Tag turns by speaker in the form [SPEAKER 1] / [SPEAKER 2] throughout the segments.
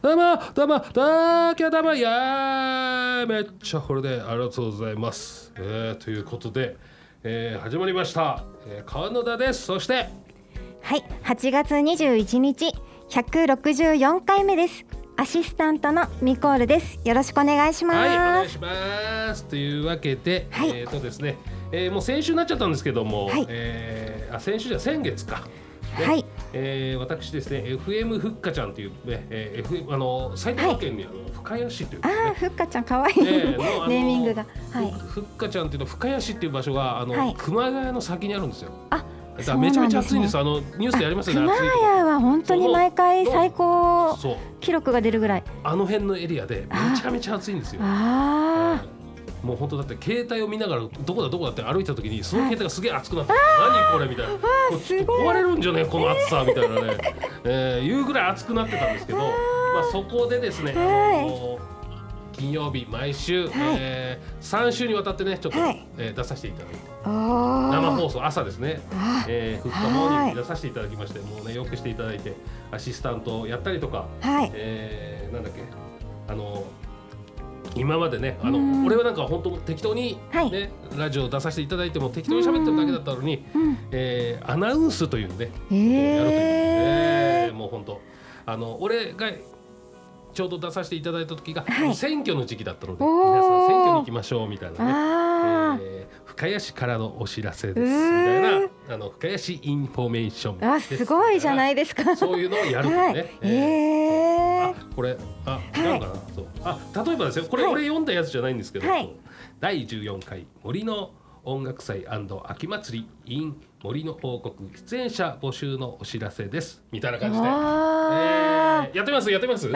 [SPEAKER 1] どうもどうもだーきゃだまやーめっちゃこれでありがとうございます、えーということで、えー始まりました、えー川野田ですそして
[SPEAKER 2] はい、8月21日164回目です。アシスタントのミコールです。よろしくお願いし
[SPEAKER 1] はい、お願
[SPEAKER 2] ま
[SPEAKER 1] い
[SPEAKER 2] す。
[SPEAKER 1] します。というわけで、
[SPEAKER 2] はい
[SPEAKER 1] えっ、とですね、えーもう先週になっちゃったんですけども、
[SPEAKER 2] はい
[SPEAKER 1] えーあ先週じゃ先月か。ね
[SPEAKER 2] はい
[SPEAKER 1] えー私ですね、FM ふっかちゃんというね、えー F あの埼玉県にあの、深谷市という
[SPEAKER 2] あ
[SPEAKER 1] ね。
[SPEAKER 2] あ、ふっかちゃん可愛い、
[SPEAKER 1] えのあの
[SPEAKER 2] ネーミングが。はい。
[SPEAKER 1] ふふっかちゃんっていうのは深谷市っていう場所があの、
[SPEAKER 2] はい
[SPEAKER 1] 熊谷の先にあるんですよ。
[SPEAKER 2] あ、
[SPEAKER 1] だからめちゃめちゃ暑いんです。
[SPEAKER 2] そう
[SPEAKER 1] あのニュースでやりますよね。
[SPEAKER 2] なんで
[SPEAKER 1] 暑
[SPEAKER 2] す
[SPEAKER 1] い
[SPEAKER 2] ね。
[SPEAKER 1] と
[SPEAKER 2] 熊
[SPEAKER 1] こ
[SPEAKER 2] 谷は本当に毎回最高
[SPEAKER 1] そう、
[SPEAKER 2] 記録が出るぐらい。
[SPEAKER 1] あの辺のエリアでめちゃめちゃ暑いんですよ。
[SPEAKER 2] あ
[SPEAKER 1] もう本当だって携帯を見ながらどこだどこだって歩いた時にその携帯がすげえ熱くなって、何これみたいなこれちょっと
[SPEAKER 2] すごい
[SPEAKER 1] 壊れるんじゃねえこの暑さみたいな ね、えー、いうぐらい熱くなってたんですけど、まあ、そこでですね、
[SPEAKER 2] はい
[SPEAKER 1] あの金曜日毎週、
[SPEAKER 2] い
[SPEAKER 1] え3週にわたってねちょっと、
[SPEAKER 2] はい
[SPEAKER 1] えー出させていただいて
[SPEAKER 2] あ、ああ。
[SPEAKER 1] 生放送朝ですね
[SPEAKER 2] あ
[SPEAKER 1] 「えー、ふっかモーニング」出させていただきましてもうねよくしていただいてアシスタントをやったりとか、
[SPEAKER 2] はい。
[SPEAKER 1] えー、なんだっけあの今までねあの、
[SPEAKER 2] うん
[SPEAKER 1] 俺はなんか本当適当に、ね
[SPEAKER 2] はい
[SPEAKER 1] ラジオ出させていただいても適当に喋ってるだけだったのに、
[SPEAKER 2] うん。
[SPEAKER 1] えーアナウンスというね、
[SPEAKER 2] え
[SPEAKER 1] やるという、え
[SPEAKER 2] え
[SPEAKER 1] ーもう本当あの俺がちょうど出させていただいた時が、
[SPEAKER 2] はい
[SPEAKER 1] 選挙の時期だったので
[SPEAKER 2] おー
[SPEAKER 1] 皆さん選挙に行きましょうみたい
[SPEAKER 2] ー。
[SPEAKER 1] なね。
[SPEAKER 2] ああ。
[SPEAKER 1] えー深谷市からのお知らせですみた
[SPEAKER 2] う
[SPEAKER 1] い
[SPEAKER 2] ーん
[SPEAKER 1] なあの深谷市インフォメーション
[SPEAKER 2] あ、
[SPEAKER 1] です
[SPEAKER 2] すごいじゃないいですか。
[SPEAKER 1] そういうのをやるん
[SPEAKER 2] は
[SPEAKER 1] で
[SPEAKER 2] い
[SPEAKER 1] ね、。
[SPEAKER 2] え
[SPEAKER 1] あ
[SPEAKER 2] え。
[SPEAKER 1] これあ違うかな、そうあ例えばですよこれ、
[SPEAKER 2] はい
[SPEAKER 1] 俺読んだやつじゃないんですけど、
[SPEAKER 2] はい
[SPEAKER 1] 第14回森の音楽祭秋祭り in 森の王国出演者募集のお知らせですみたいな感じで、え
[SPEAKER 2] ああ。
[SPEAKER 1] ーやってますやってます、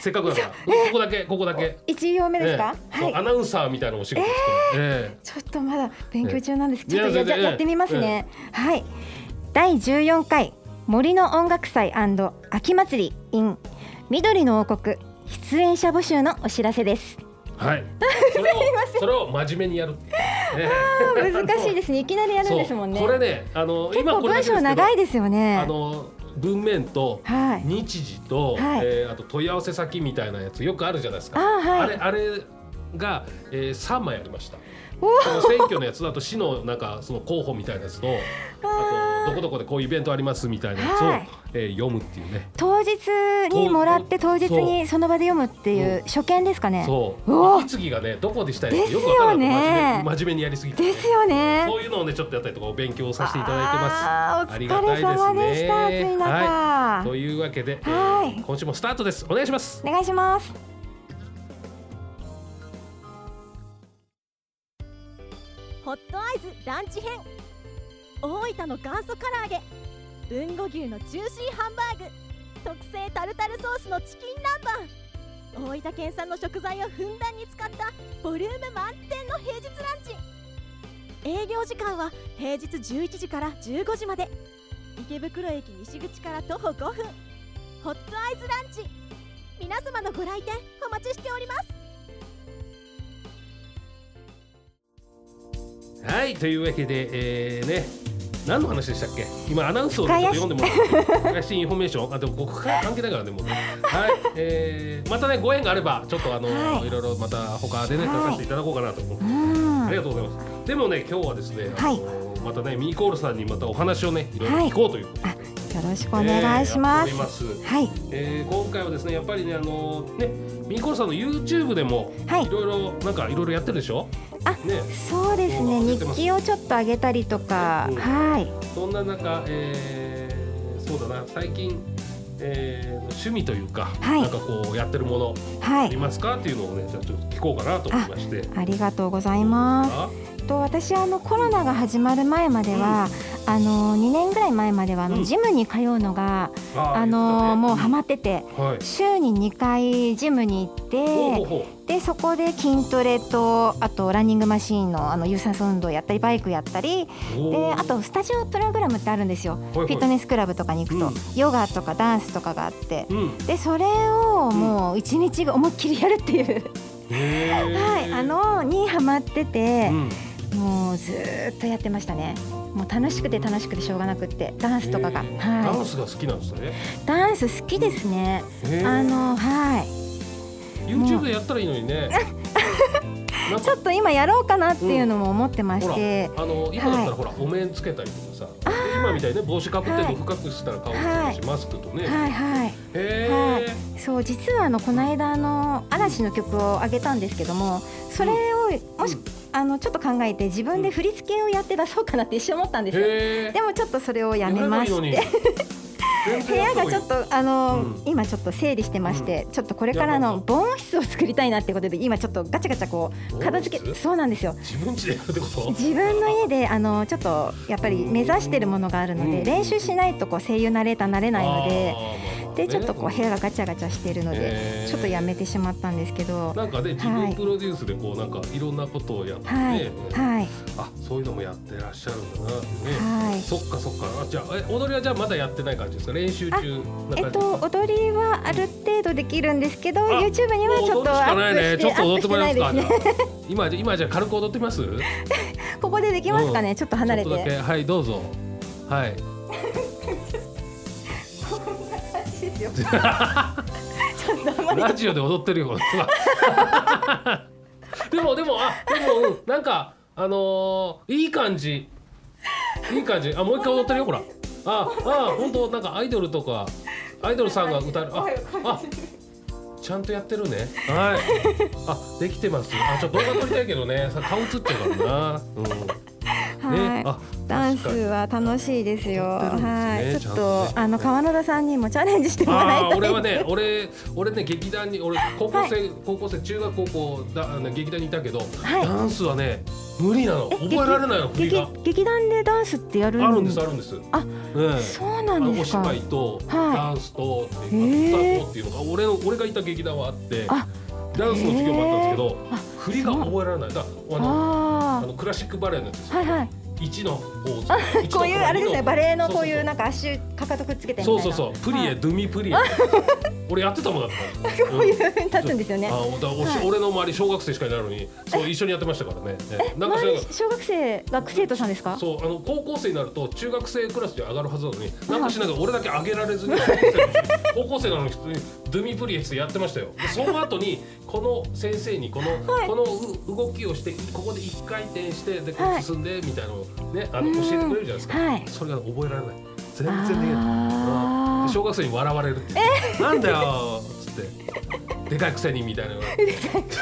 [SPEAKER 1] せっかくだから、ここだけここだけ、
[SPEAKER 2] 一行目ですか
[SPEAKER 1] え。ーそう
[SPEAKER 2] はい。
[SPEAKER 1] アナウンサーみたいなお仕事ですから、え
[SPEAKER 2] ちょっとまだ勉強中なんです
[SPEAKER 1] え
[SPEAKER 2] けど、ちょっ
[SPEAKER 1] いや
[SPEAKER 2] とや
[SPEAKER 1] 全然
[SPEAKER 2] やってみますね。はい。第14回森の音楽祭秋祭り in 緑の王国出演者募集のお知らせです。
[SPEAKER 1] ー はいそれをそれを真面目にやるっていう、え
[SPEAKER 2] あー難しいですね。いきなりや
[SPEAKER 1] ー
[SPEAKER 2] るんですもんね。
[SPEAKER 1] そうこれねあの
[SPEAKER 2] 結構
[SPEAKER 1] これだけで
[SPEAKER 2] 文
[SPEAKER 1] すけど
[SPEAKER 2] 章長いですよ
[SPEAKER 1] あ
[SPEAKER 2] ね。
[SPEAKER 1] の文面と
[SPEAKER 2] はい。
[SPEAKER 1] 日時と、
[SPEAKER 2] はい
[SPEAKER 1] えーあと問い合わせ先みたいなやつよくあるじゃないです
[SPEAKER 2] あ
[SPEAKER 1] か。
[SPEAKER 2] ー
[SPEAKER 1] あ
[SPEAKER 2] は
[SPEAKER 1] れ
[SPEAKER 2] い。
[SPEAKER 1] あれが、え3枚ありました。
[SPEAKER 2] お
[SPEAKER 1] その選挙のやつだと市のなんかその候補みたいなやつと、あとどこどこでこういうイベントありますみたいなやつを、
[SPEAKER 2] はい
[SPEAKER 1] えー読むっていうね。
[SPEAKER 2] 当日にもらって当日にその場で読むっていう初見ですかね。
[SPEAKER 1] そう。
[SPEAKER 2] うわ
[SPEAKER 1] 息継ぎがねどこでしたり
[SPEAKER 2] で
[SPEAKER 1] とか
[SPEAKER 2] す
[SPEAKER 1] よくわから
[SPEAKER 2] よ
[SPEAKER 1] な
[SPEAKER 2] ね
[SPEAKER 1] い真面目真面目にやりすぎて、
[SPEAKER 2] ですよね。
[SPEAKER 1] そういうのをねちょっとやったりとかお勉強させていただいてます。
[SPEAKER 2] あーお疲れ様でした。
[SPEAKER 1] ありがた
[SPEAKER 2] 暑
[SPEAKER 1] いですね
[SPEAKER 2] い中、
[SPEAKER 1] というわけで、えー
[SPEAKER 2] はい
[SPEAKER 1] 今週もスタートです。お願いします。
[SPEAKER 2] お願いします。
[SPEAKER 3] ホットアイズランチ編大分の元祖唐揚げ豊後牛のジューシーハンバーグ特製タルタルソースのチキン南蛮大分県産の食材をふんだんに使ったボリューム満点の平日ランチ営業時間は平日11時から15時まで池袋駅西口から徒歩5分ホットアイズランチ皆様のご来店お待ちしております
[SPEAKER 1] はいというわけで、えー、ね何の話でしたっけ今アナウンスをちょっと読んでもらって怪しいインフォメーションあでもここから関係ないからねもうねはい、えー、またねご縁があればちょっとあの、、
[SPEAKER 2] はいい
[SPEAKER 1] ろいろまた他でね出
[SPEAKER 2] はい
[SPEAKER 1] させていただこうかなと思って、
[SPEAKER 2] うん
[SPEAKER 1] ありがとうございますでもね今日はですね、
[SPEAKER 2] はい
[SPEAKER 1] あのまたねミニコールさんにまたお話をねいろいろ聞こうということで、
[SPEAKER 2] よろしくお願いしま
[SPEAKER 1] えーやっ
[SPEAKER 2] す。
[SPEAKER 1] ております
[SPEAKER 2] はい、
[SPEAKER 1] えー今回はですねやっぱりねあのねミニコールさんの YouTube でも
[SPEAKER 2] はい
[SPEAKER 1] いろいろなんかいろいろやってるでしょ、
[SPEAKER 2] あ
[SPEAKER 1] ね
[SPEAKER 2] そうですね。日記をちょっと上げたりとか、
[SPEAKER 1] うん
[SPEAKER 2] はい、
[SPEAKER 1] そんな中、えーそうだな最近、えー趣味というか、
[SPEAKER 2] はい
[SPEAKER 1] なんかこうやってるもの
[SPEAKER 2] は
[SPEAKER 1] あり
[SPEAKER 2] い。
[SPEAKER 1] ますかっていうのをねじゃあちょっと聞こうかなと思いまして。
[SPEAKER 2] ありがとうございま
[SPEAKER 1] あ
[SPEAKER 2] す。と私あのコロナが始まる前までは、あの2年ぐらい前まではあ
[SPEAKER 1] う
[SPEAKER 2] の
[SPEAKER 1] ん
[SPEAKER 2] ジムに通うのが、
[SPEAKER 1] あ
[SPEAKER 2] あのもうハ
[SPEAKER 1] ま
[SPEAKER 2] マってて。
[SPEAKER 1] はい。
[SPEAKER 2] 週に2回ジムに行って
[SPEAKER 1] ほうほうほ
[SPEAKER 2] でそこで筋トレとあとランニングマシーンのあの有酸素運動やったりバイクやったり
[SPEAKER 1] うお
[SPEAKER 2] で
[SPEAKER 1] ー
[SPEAKER 2] あとスタジオプログラムってあるんですよ、
[SPEAKER 1] はいはい
[SPEAKER 2] フィットネスクラブとかに行くと、
[SPEAKER 1] うん
[SPEAKER 2] ヨガとかダンスとかがあって
[SPEAKER 1] うん。
[SPEAKER 2] でそれをもう一日思いっきりやるっていう、
[SPEAKER 1] へー
[SPEAKER 2] はい、あ。のにハマってて
[SPEAKER 1] う、ん
[SPEAKER 2] もうずーっとやってましたねもう楽しくて楽しくてしょうがなくってダンスとかが、
[SPEAKER 1] へーダン
[SPEAKER 2] は
[SPEAKER 1] スが好きなんですね。
[SPEAKER 2] い、ダンス好きですね、
[SPEAKER 1] へー
[SPEAKER 2] あのは
[SPEAKER 1] 分でやったらいいのにね なん
[SPEAKER 2] ち
[SPEAKER 1] か
[SPEAKER 2] ょっと今やろうかなっていうのも思ってま
[SPEAKER 1] ほら
[SPEAKER 2] して、
[SPEAKER 1] あの今だったらほら、お面つけたりとかさ今みたいにね帽子かぶってると深くしたら顔見えるし、マスクとね、
[SPEAKER 2] はいはい
[SPEAKER 1] へえ、
[SPEAKER 2] そう実はあのこの間あの嵐の曲をあげたんですけどもそれをもし、
[SPEAKER 1] うん
[SPEAKER 2] あのちょっと考えて自分で振り付けをやって出そうかなって一瞬思ったんですよ
[SPEAKER 1] へえ
[SPEAKER 2] でもちょっとそれをやめまして 部屋がちょっとあの、
[SPEAKER 1] うん
[SPEAKER 2] 今ちょっと整理してまして、ちょっとこれからの防音室を作りたいなってことで今ちょっとガチャガチャこう片付けそうなんですよ
[SPEAKER 1] 自分家でやるってこと
[SPEAKER 2] 自分の家であのちょっとやっぱり目指してるものがあるので、
[SPEAKER 1] うん
[SPEAKER 2] 練習しないとこう声優ナレーターになれないので、でちょっとこう部屋
[SPEAKER 1] が
[SPEAKER 2] がガチャガチャしてるので、ちょっとやめてしまったんですけど、
[SPEAKER 1] なんかね自分プロデュースでこうなんかいろんなことをやって、
[SPEAKER 2] はい、
[SPEAKER 1] ね
[SPEAKER 2] はい、
[SPEAKER 1] あそういうのもやってらっしゃるんだなってね、
[SPEAKER 2] はい
[SPEAKER 1] そっかそっかあじゃあえ踊りはじゃあまだやってない感じですか練習中な
[SPEAKER 2] え
[SPEAKER 1] 感
[SPEAKER 2] っ
[SPEAKER 1] じ
[SPEAKER 2] と踊りはある程度できるんですけど、
[SPEAKER 1] あ
[SPEAKER 2] YouTube にはちょっとアップして、
[SPEAKER 1] ちょっと踊ってもらえ
[SPEAKER 2] アッ
[SPEAKER 1] ます
[SPEAKER 2] プして
[SPEAKER 1] か
[SPEAKER 2] ないで
[SPEAKER 1] じゃあ今じゃ今じゃあ軽く踊ってみますちょっ
[SPEAKER 2] すね。ここでできますかね、ちょっと離れ
[SPEAKER 1] とだけ
[SPEAKER 2] て。
[SPEAKER 1] はいどうぞはい
[SPEAKER 2] こんな感じですよちょっとあんまり。
[SPEAKER 1] ラジオで踊ってるよこの人は でもでもあでも、うん、なんかあのーいい感じいい感じあもう一回踊ってるよほらああ本当なんかアイドルとかアイドルさんが歌うああちゃんとやってるねはいあできてますあちょっと動画撮りたいけどねさ顔映っちゃうからなうんねあ
[SPEAKER 2] はい。ダンスは楽しいですよ。
[SPEAKER 1] 踊ってるん
[SPEAKER 2] は
[SPEAKER 1] ですね
[SPEAKER 2] い、ちょっ
[SPEAKER 1] ちゃん
[SPEAKER 2] と
[SPEAKER 1] とね
[SPEAKER 2] あの川野田さんにもチャレンジしてもらい
[SPEAKER 1] あ
[SPEAKER 2] た
[SPEAKER 1] あ
[SPEAKER 2] い。
[SPEAKER 1] 俺はね俺俺ね劇団に俺高校生、高校生中学高校だあの劇団にいたけど、
[SPEAKER 2] はい
[SPEAKER 1] ダンスはね無理なの
[SPEAKER 2] え
[SPEAKER 1] 覚えられないの振り
[SPEAKER 2] 劇
[SPEAKER 1] が
[SPEAKER 2] 劇団でダンスってやる
[SPEAKER 1] あるんですあるんです
[SPEAKER 2] あ
[SPEAKER 1] うん
[SPEAKER 2] そうな
[SPEAKER 1] あ
[SPEAKER 2] ん
[SPEAKER 1] のお
[SPEAKER 2] ですか。
[SPEAKER 1] 芝居と
[SPEAKER 2] はい
[SPEAKER 1] ダンスとっていうか
[SPEAKER 2] へー
[SPEAKER 1] 歌とっていうのが俺の俺がいた劇団はあって
[SPEAKER 2] あ
[SPEAKER 1] ダンスの授業もあったんですけど
[SPEAKER 2] あ
[SPEAKER 1] 振りが覚えられないだからあのあ
[SPEAKER 2] あ
[SPEAKER 1] のクラシックバレエのやつです
[SPEAKER 2] あ、はいはい。
[SPEAKER 1] 1のポーズ一の
[SPEAKER 2] こういうあれですね、バレエのこういう
[SPEAKER 1] な
[SPEAKER 2] なんか足かかとくっつけてみたい
[SPEAKER 1] そう
[SPEAKER 2] な。
[SPEAKER 1] そうそうプリエ
[SPEAKER 2] はい
[SPEAKER 1] ドゥミプ リエ俺やってたもんだって
[SPEAKER 2] こういう風に立つんですよね。
[SPEAKER 1] あおだおし
[SPEAKER 2] はい
[SPEAKER 1] 俺の周り小学生しかいないのにそう一緒にやってましたからねえなんかそ
[SPEAKER 2] 周
[SPEAKER 1] れ
[SPEAKER 2] り小学生学生徒さんですか？
[SPEAKER 1] そうあの高校生になると中学生クラスで上がるはずなのになんかしながら俺だけ上げられずに高校生なのに普通にドゥミプリエスやってましたよでその後にこの先生にこの、
[SPEAKER 2] はい
[SPEAKER 1] このう動きをしてここで一回転してでこ
[SPEAKER 2] は
[SPEAKER 1] う
[SPEAKER 2] い
[SPEAKER 1] 進んでみたいなのをねあ
[SPEAKER 2] う
[SPEAKER 1] の
[SPEAKER 2] ん
[SPEAKER 1] 教えてくれるじゃないですか、
[SPEAKER 2] はい
[SPEAKER 1] それが覚えられない全然できない
[SPEAKER 2] あ
[SPEAKER 1] で
[SPEAKER 2] ー
[SPEAKER 1] 小学生に笑われるっていうなんだよっつってでかいくせにみたいなのがい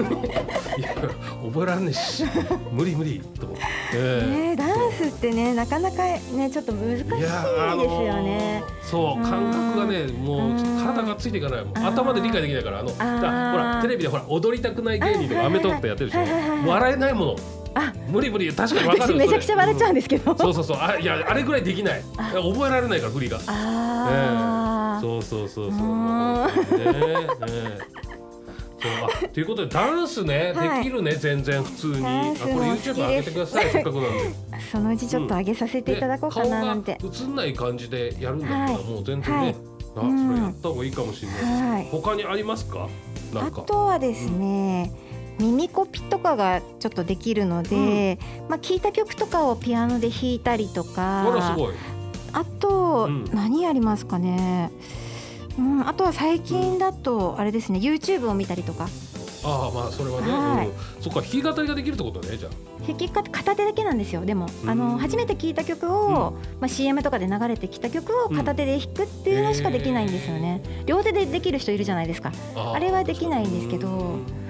[SPEAKER 1] や覚えられないし無理無理と思って。ええ
[SPEAKER 2] ねダンスってねなかなかねちょっと難しいです
[SPEAKER 1] いやーあ
[SPEAKER 2] よ
[SPEAKER 1] のー
[SPEAKER 2] ね。
[SPEAKER 1] そう感覚がねもうちょっと体がついていかないもう頭で理解できないからあのだ
[SPEAKER 2] あー
[SPEAKER 1] ほらテレビでほら踊りたくない芸人とか
[SPEAKER 2] あ
[SPEAKER 1] アメトークとやってるでし
[SPEAKER 2] はいはいはいはい
[SPEAKER 1] ょ笑えないもの
[SPEAKER 2] あ
[SPEAKER 1] 無理無理確かにわか
[SPEAKER 2] 私
[SPEAKER 1] る
[SPEAKER 2] めちゃくちゃ笑っちゃうん
[SPEAKER 1] で
[SPEAKER 2] ですけど。
[SPEAKER 1] そうそうそうあいやあれぐらいできないいや覚えられないから振りが
[SPEAKER 2] ああ、
[SPEAKER 1] そうそうそうそう
[SPEAKER 2] うーん
[SPEAKER 1] ねえそうあということでダンスね
[SPEAKER 2] はい
[SPEAKER 1] できるね全然普通に
[SPEAKER 2] ダン
[SPEAKER 1] あ
[SPEAKER 2] ス
[SPEAKER 1] これ
[SPEAKER 2] も好き
[SPEAKER 1] YouTube 上げてください
[SPEAKER 2] です
[SPEAKER 1] せっかくなんで
[SPEAKER 2] そのうちちょっと上げさせていただこうかななんて
[SPEAKER 1] で。顔が映んない感じでやるんだったら
[SPEAKER 2] はい
[SPEAKER 1] もう全然ね、あ
[SPEAKER 2] うん
[SPEAKER 1] それやった方がいいかもしれないです、
[SPEAKER 2] はい
[SPEAKER 1] 他にありますかな
[SPEAKER 2] あ
[SPEAKER 1] んか
[SPEAKER 2] とはですね、耳コピとかがちょっとできるので、まあ聞いた曲とかをピアノで弾いたりと
[SPEAKER 1] あ
[SPEAKER 2] か、
[SPEAKER 1] らすごい
[SPEAKER 2] あと、
[SPEAKER 1] うん
[SPEAKER 2] 何やりますかね。うん、あとは最近だとあれですね、YouTube を見たりとか
[SPEAKER 1] ああまあそれはね、
[SPEAKER 2] はい
[SPEAKER 1] うんそっか弾き語りができるってことねじゃあ
[SPEAKER 2] 弾き方片手だけなんですよでも
[SPEAKER 1] うん
[SPEAKER 2] あの初めて聞いた曲を、まあ、CM とかで流れてきた曲を片手で弾くっていうのしかできないんですよね、両手でできる人いるじゃないですか
[SPEAKER 1] あー
[SPEAKER 2] あれはできないんですけど
[SPEAKER 1] うん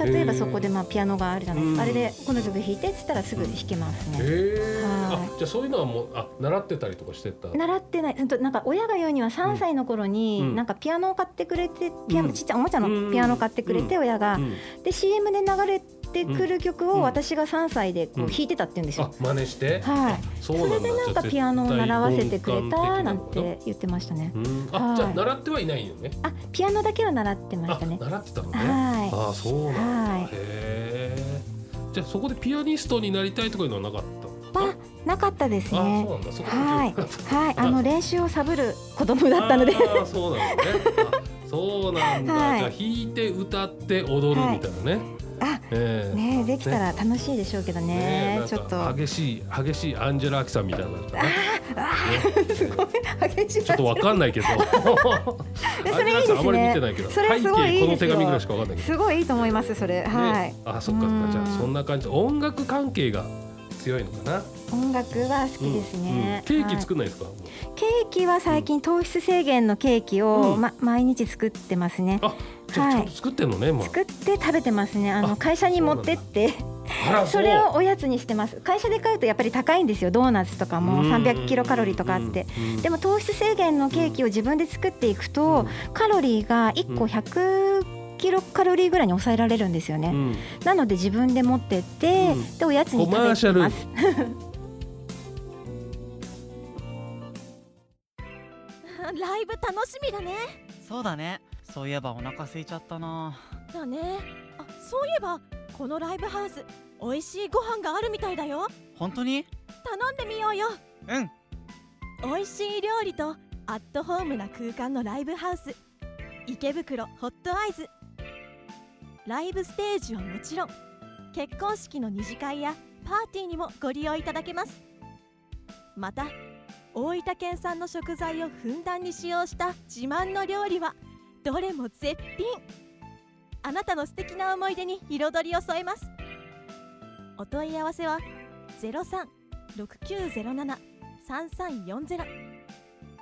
[SPEAKER 2] 例えばそこでまあピアノがあるじゃないですか、
[SPEAKER 1] うん
[SPEAKER 2] あれでこの曲弾いてっつったらすぐ弾けますね、
[SPEAKER 1] へえ
[SPEAKER 2] は
[SPEAKER 1] あ
[SPEAKER 2] い
[SPEAKER 1] じゃあそういうのはもうあ習ってたりとかしてた
[SPEAKER 2] 習ってないうんとなんか親が言うには3歳の頃に、
[SPEAKER 1] うん
[SPEAKER 2] なんかピアノを買ってくれてピア
[SPEAKER 1] う
[SPEAKER 2] ノ、
[SPEAKER 1] ん
[SPEAKER 2] ちっちゃいおもちゃ
[SPEAKER 1] う
[SPEAKER 2] の
[SPEAKER 1] ん
[SPEAKER 2] ピアノを買ってくれて親が、
[SPEAKER 1] うん
[SPEAKER 2] で CM で流れてくる曲
[SPEAKER 1] うん
[SPEAKER 2] を私が3歳でこ
[SPEAKER 1] う
[SPEAKER 2] うん弾いてたって言うんです
[SPEAKER 1] あ
[SPEAKER 2] よ、
[SPEAKER 1] 真似して、
[SPEAKER 2] はい
[SPEAKER 1] そう
[SPEAKER 2] そ
[SPEAKER 1] な
[SPEAKER 2] れ
[SPEAKER 1] んだ
[SPEAKER 2] でなんか
[SPEAKER 1] じゃあ
[SPEAKER 2] ピアノを習わせてくれ
[SPEAKER 1] 絶対
[SPEAKER 2] た
[SPEAKER 1] 音
[SPEAKER 2] な
[SPEAKER 1] 感的
[SPEAKER 2] ん
[SPEAKER 1] のか
[SPEAKER 2] て言ってましたね
[SPEAKER 1] うんあ、
[SPEAKER 2] はい
[SPEAKER 1] じゃあ習ってはいないよね
[SPEAKER 2] あピアノだけは習ってましたね
[SPEAKER 1] あ習ってたのね
[SPEAKER 2] はい
[SPEAKER 1] ああそうなんだ、
[SPEAKER 2] はい
[SPEAKER 1] へえじゃあそこでピアニストになりたいとかいうのはなかったの
[SPEAKER 2] はなかったです
[SPEAKER 1] ああそ
[SPEAKER 2] ね
[SPEAKER 1] うなんだそこ
[SPEAKER 2] はい
[SPEAKER 1] だ
[SPEAKER 2] はいあの練習をサボる子供だったので
[SPEAKER 1] ああそうなんだねあそうなんだ、
[SPEAKER 2] はい
[SPEAKER 1] じゃあ弾いて歌って踊るみたいなね、
[SPEAKER 2] あ
[SPEAKER 1] ええ
[SPEAKER 2] ねできたら楽しいでしょうけどね
[SPEAKER 1] えなん
[SPEAKER 2] ちょっと
[SPEAKER 1] か激しい激しいアンジェラ・アキさんみたいなのだったね
[SPEAKER 2] すごい激しい
[SPEAKER 1] ちょっとわかんないけど
[SPEAKER 2] えそれいいですね
[SPEAKER 1] あまり見てないけど
[SPEAKER 2] それすごいい
[SPEAKER 1] 背景こ
[SPEAKER 2] いですよ
[SPEAKER 1] の手紙ぐらいしかわかんないけど
[SPEAKER 2] すごいいいと思いますそれはい
[SPEAKER 1] ねあそっかそっかじゃあそんな感じ音楽関係が強いのかな
[SPEAKER 2] 音楽は好きですね、
[SPEAKER 1] うんうんケーキ
[SPEAKER 2] はい
[SPEAKER 1] 作んないですか、
[SPEAKER 2] ケーキは最近糖質制限のケーキを、
[SPEAKER 1] うん
[SPEAKER 2] ま、毎日作ってますね
[SPEAKER 1] あじゃあ
[SPEAKER 2] はい
[SPEAKER 1] ちゃんと作ってんのね、ま
[SPEAKER 2] 作って食べてますねあの
[SPEAKER 1] あ
[SPEAKER 2] 会社に持ってって
[SPEAKER 1] ああら
[SPEAKER 2] そ
[SPEAKER 1] そう
[SPEAKER 2] れをおやつにしてます会社で買うとやっぱり高いんですよドーナツとかも300キロカロリーとかあって、
[SPEAKER 1] うんうんうん
[SPEAKER 2] でも糖質制限のケーキを自分で作っていくと、カロリーが1個
[SPEAKER 1] うん
[SPEAKER 2] 100キロカロリーぐらいに抑えられるんですよね、
[SPEAKER 1] うん
[SPEAKER 2] なので自分で持ってって、
[SPEAKER 1] うん
[SPEAKER 2] でおやつに食べてます
[SPEAKER 3] ライブ楽しみだね
[SPEAKER 4] そうだねそういえばお腹空いちゃったな
[SPEAKER 3] だねあそういえばこのライブハウス美味しいご飯があるみたいだよ
[SPEAKER 4] 本当に
[SPEAKER 3] 頼んでみようよ
[SPEAKER 4] うん
[SPEAKER 3] 美味しい料理とアットホームな空間のライブハウス池袋ホットアイズライブステージはもちろん結婚式の二次会やパーティーにもご利用いただけますまた大分県産の食材をふんだんに使用した自慢の料理はどれも絶品あなたの素敵な思い出に彩りを添えますお問い合わせは036907 3340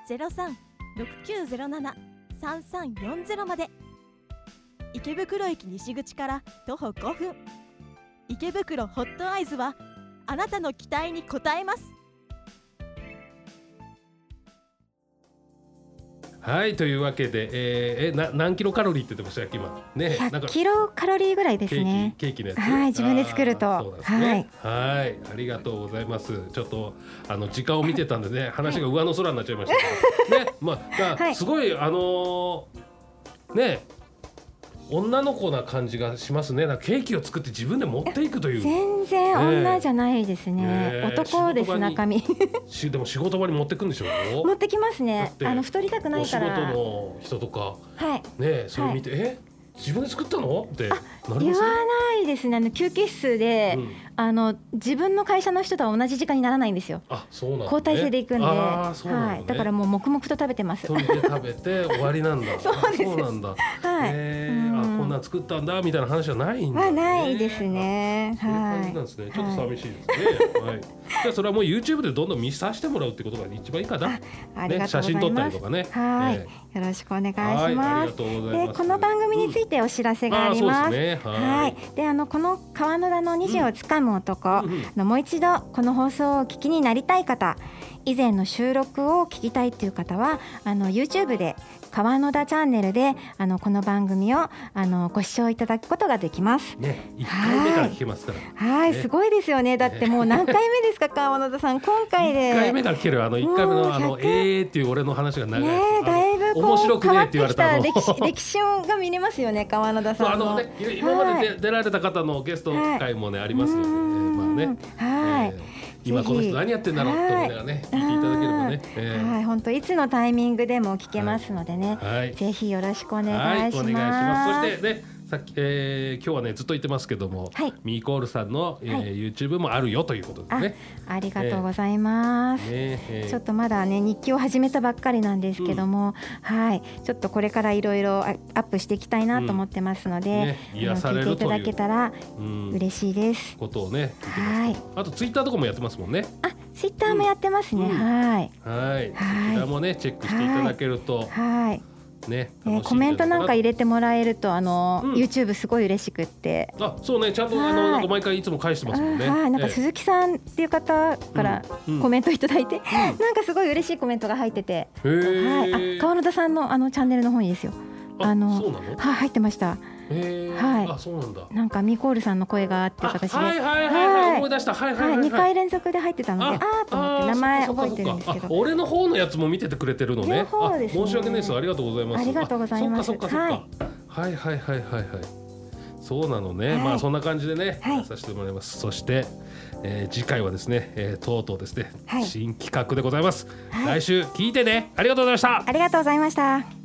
[SPEAKER 3] ゼロ三六九ゼロ七三三四ゼロまで池袋駅西口から徒歩5分池袋ホットアイズはあなたの期待に応えます
[SPEAKER 1] はいというわけで、えー、えな何キロカロリーって言ってましたっけ今ねなん
[SPEAKER 2] 100
[SPEAKER 1] か
[SPEAKER 2] キロカロリーぐらいで
[SPEAKER 1] ケ
[SPEAKER 2] す
[SPEAKER 1] ーキ、
[SPEAKER 2] ね
[SPEAKER 1] ケーキのやつ。
[SPEAKER 2] はい自分で作ると
[SPEAKER 1] あーそうなんですね。はい、ありがとうございます。ちょっとあの時間を見てたんでね、話が上の空になっちゃいましたけど。ね、まあ、だから
[SPEAKER 2] はい
[SPEAKER 1] すごいあのーね。女の子な感じがしますね。なんかケーキを作って自分で持っていくという。
[SPEAKER 2] 全然女じゃないですね、
[SPEAKER 1] ねえ
[SPEAKER 2] 男で
[SPEAKER 1] 仕事場
[SPEAKER 2] す
[SPEAKER 1] に
[SPEAKER 2] 中身
[SPEAKER 1] しでも仕事場に持ってくんでしょ
[SPEAKER 2] 持ってきます
[SPEAKER 1] だ
[SPEAKER 2] ね
[SPEAKER 1] って
[SPEAKER 2] あの太りたくな
[SPEAKER 1] お
[SPEAKER 2] い
[SPEAKER 1] 仕事
[SPEAKER 2] から
[SPEAKER 1] の人とか、
[SPEAKER 2] はい
[SPEAKER 1] ね、それ見て、え、自分で作ったのってなり
[SPEAKER 2] 言
[SPEAKER 1] ま
[SPEAKER 2] わ
[SPEAKER 1] せん。
[SPEAKER 2] ないですねあの休憩室で、
[SPEAKER 1] うん
[SPEAKER 2] あの自分の会社の人とは同じ時間にならないんですよ
[SPEAKER 1] あ、そうなんだね。
[SPEAKER 2] 交代制で行くんで、
[SPEAKER 1] あーそうなんだ
[SPEAKER 2] は
[SPEAKER 1] ね
[SPEAKER 2] い、だからもう黙々と食べてます。
[SPEAKER 1] 一人で食べて終わりなん だ。
[SPEAKER 2] そうで
[SPEAKER 1] あ
[SPEAKER 2] す
[SPEAKER 1] そうなんだ。
[SPEAKER 2] はい、
[SPEAKER 1] え
[SPEAKER 2] うん
[SPEAKER 1] あこんなん作ったんだみたいな話はないんだ、ね。
[SPEAKER 2] はないです。ね。
[SPEAKER 1] そういう感じなん
[SPEAKER 2] は
[SPEAKER 1] ですね。ちょっと寂しいですね。はい。じゃあそれはもう YouTube でどんどん見させてもらうってことが一番いいかな。
[SPEAKER 2] い、ありがとう
[SPEAKER 1] 写
[SPEAKER 2] ございます。
[SPEAKER 1] 真撮ったりとかね。
[SPEAKER 2] はい、
[SPEAKER 1] え
[SPEAKER 2] よろしくお願いし
[SPEAKER 1] えはい、あ
[SPEAKER 2] ま
[SPEAKER 1] りが
[SPEAKER 2] す。
[SPEAKER 1] とうござい
[SPEAKER 2] で、
[SPEAKER 1] ます。
[SPEAKER 2] この番組につ
[SPEAKER 1] て
[SPEAKER 2] いてお知らせがあります。
[SPEAKER 1] ね、はい。
[SPEAKER 2] はい、で、あの、この川野田の虹をつかむ男。
[SPEAKER 1] うんうん
[SPEAKER 2] あのもう一度この放送をお聞きになりたい方以前の収録を聞きたいという方はあの YouTube で「川野田チャンネルで」あのこの番組をあのご視聴いただくことができます。
[SPEAKER 1] ね、一回目から聞けますから。
[SPEAKER 2] はい、
[SPEAKER 1] ね
[SPEAKER 2] すごいですよねだってもう何回目 ですか川野田さん今回で。
[SPEAKER 1] 一回目から聞けるあの一回目
[SPEAKER 2] もう
[SPEAKER 1] のあの
[SPEAKER 2] 100
[SPEAKER 1] えーっていう俺の話が長い
[SPEAKER 2] ね
[SPEAKER 1] や
[SPEAKER 2] え
[SPEAKER 1] つ。
[SPEAKER 2] だいぶ
[SPEAKER 1] あの面
[SPEAKER 2] こ
[SPEAKER 1] 白
[SPEAKER 2] う
[SPEAKER 1] くね
[SPEAKER 2] 変
[SPEAKER 1] え
[SPEAKER 2] わ
[SPEAKER 1] っ
[SPEAKER 2] っ
[SPEAKER 1] て
[SPEAKER 2] て
[SPEAKER 1] 言わ
[SPEAKER 2] き
[SPEAKER 1] れた
[SPEAKER 2] た
[SPEAKER 1] の。
[SPEAKER 2] 歴史歴史が見れますよね川野田
[SPEAKER 1] そう
[SPEAKER 2] さ
[SPEAKER 1] あ
[SPEAKER 2] んの。
[SPEAKER 1] のね、い 今まで出出られた方のゲスト回もね、ありますので、まあね、
[SPEAKER 2] うんはい、
[SPEAKER 1] えー今この人何やってんだろうって思いながらね、聞いていただければね、えー
[SPEAKER 2] はい、本当いつのタイミングでも聞けますのでね、
[SPEAKER 1] はい
[SPEAKER 2] ぜひよろしくお願
[SPEAKER 1] はい
[SPEAKER 2] いします。
[SPEAKER 1] お願いします。そしてね、さっき、えー、今日はねずっと言ってますけども、
[SPEAKER 2] はい
[SPEAKER 1] ミーコールさんの、えー
[SPEAKER 2] はい
[SPEAKER 1] YouTube もあるよということです
[SPEAKER 2] あ
[SPEAKER 1] ね。ね、
[SPEAKER 2] ありがとうございます。
[SPEAKER 1] えー
[SPEAKER 2] ちょっとまだね日記を始めたばっかりなんですけども、はいちょっとこれからいろいろアップしていきたいなと思ってますので、
[SPEAKER 1] うんね
[SPEAKER 2] あの
[SPEAKER 1] 癒され
[SPEAKER 2] 聞い
[SPEAKER 1] る
[SPEAKER 2] ていただけたら
[SPEAKER 1] うん
[SPEAKER 2] 嬉しいです。
[SPEAKER 1] ことをね、聞いてます
[SPEAKER 2] はい。
[SPEAKER 1] あとツイッターとかもやってますもんね。
[SPEAKER 2] あツイッターもやってます
[SPEAKER 1] う
[SPEAKER 2] ね。
[SPEAKER 1] ん
[SPEAKER 2] はい
[SPEAKER 1] はい。こ
[SPEAKER 2] はい
[SPEAKER 1] ちらもねチェックしていただけると
[SPEAKER 2] はい、
[SPEAKER 1] ね、楽しい
[SPEAKER 2] ね
[SPEAKER 1] じゃいか
[SPEAKER 2] コメントなんか入れてもらえるとあの、
[SPEAKER 1] うん
[SPEAKER 2] YouTube すごい嬉しくって。
[SPEAKER 1] あ、そうね、ちゃんとあ
[SPEAKER 2] は
[SPEAKER 1] の
[SPEAKER 2] い
[SPEAKER 1] なんか毎回いつも返してますもんね。
[SPEAKER 2] あはい、なんか
[SPEAKER 1] ええ
[SPEAKER 2] 鈴木さんっていう方から
[SPEAKER 1] うんうん
[SPEAKER 2] コメントいただいて、 なんかすごい嬉しいコメントが入ってて、
[SPEAKER 1] へ
[SPEAKER 2] は
[SPEAKER 1] ー
[SPEAKER 2] い、あ川野田さんのあのチャンネルの方にですよ。
[SPEAKER 1] あ
[SPEAKER 2] あの
[SPEAKER 1] そうなの。
[SPEAKER 2] はい、入ってました。
[SPEAKER 1] へー
[SPEAKER 2] はい
[SPEAKER 1] あ、そうなんだ。
[SPEAKER 2] なんかミコールさんの声がっていう形で、
[SPEAKER 1] あはいはいはいはい、思い出した。はいはい
[SPEAKER 2] は、
[SPEAKER 1] はいい、はい。
[SPEAKER 2] 二回連続で入ってたので、あーと思って名前
[SPEAKER 1] そっか
[SPEAKER 2] 覚え
[SPEAKER 1] そっか
[SPEAKER 2] てるんですけ
[SPEAKER 1] あ
[SPEAKER 2] ど。
[SPEAKER 1] 俺の方のやつも見ててくれてるのね。
[SPEAKER 2] 両方ですね
[SPEAKER 1] あ申し訳ないです。ありがとうございます。
[SPEAKER 2] ありがとうございます
[SPEAKER 1] あそっかそっかそっか。はい、はいはいはいはいはい。そうなのね、
[SPEAKER 2] はい
[SPEAKER 1] まあそんな感じでね、
[SPEAKER 2] はい
[SPEAKER 1] やらさせてもらいますそして、えー、次回はですね、えー、とうとうですね、
[SPEAKER 2] はい
[SPEAKER 1] 新企画でございます、
[SPEAKER 2] はい
[SPEAKER 1] 来週聞いてねありがとうございました
[SPEAKER 2] ありがとうございました。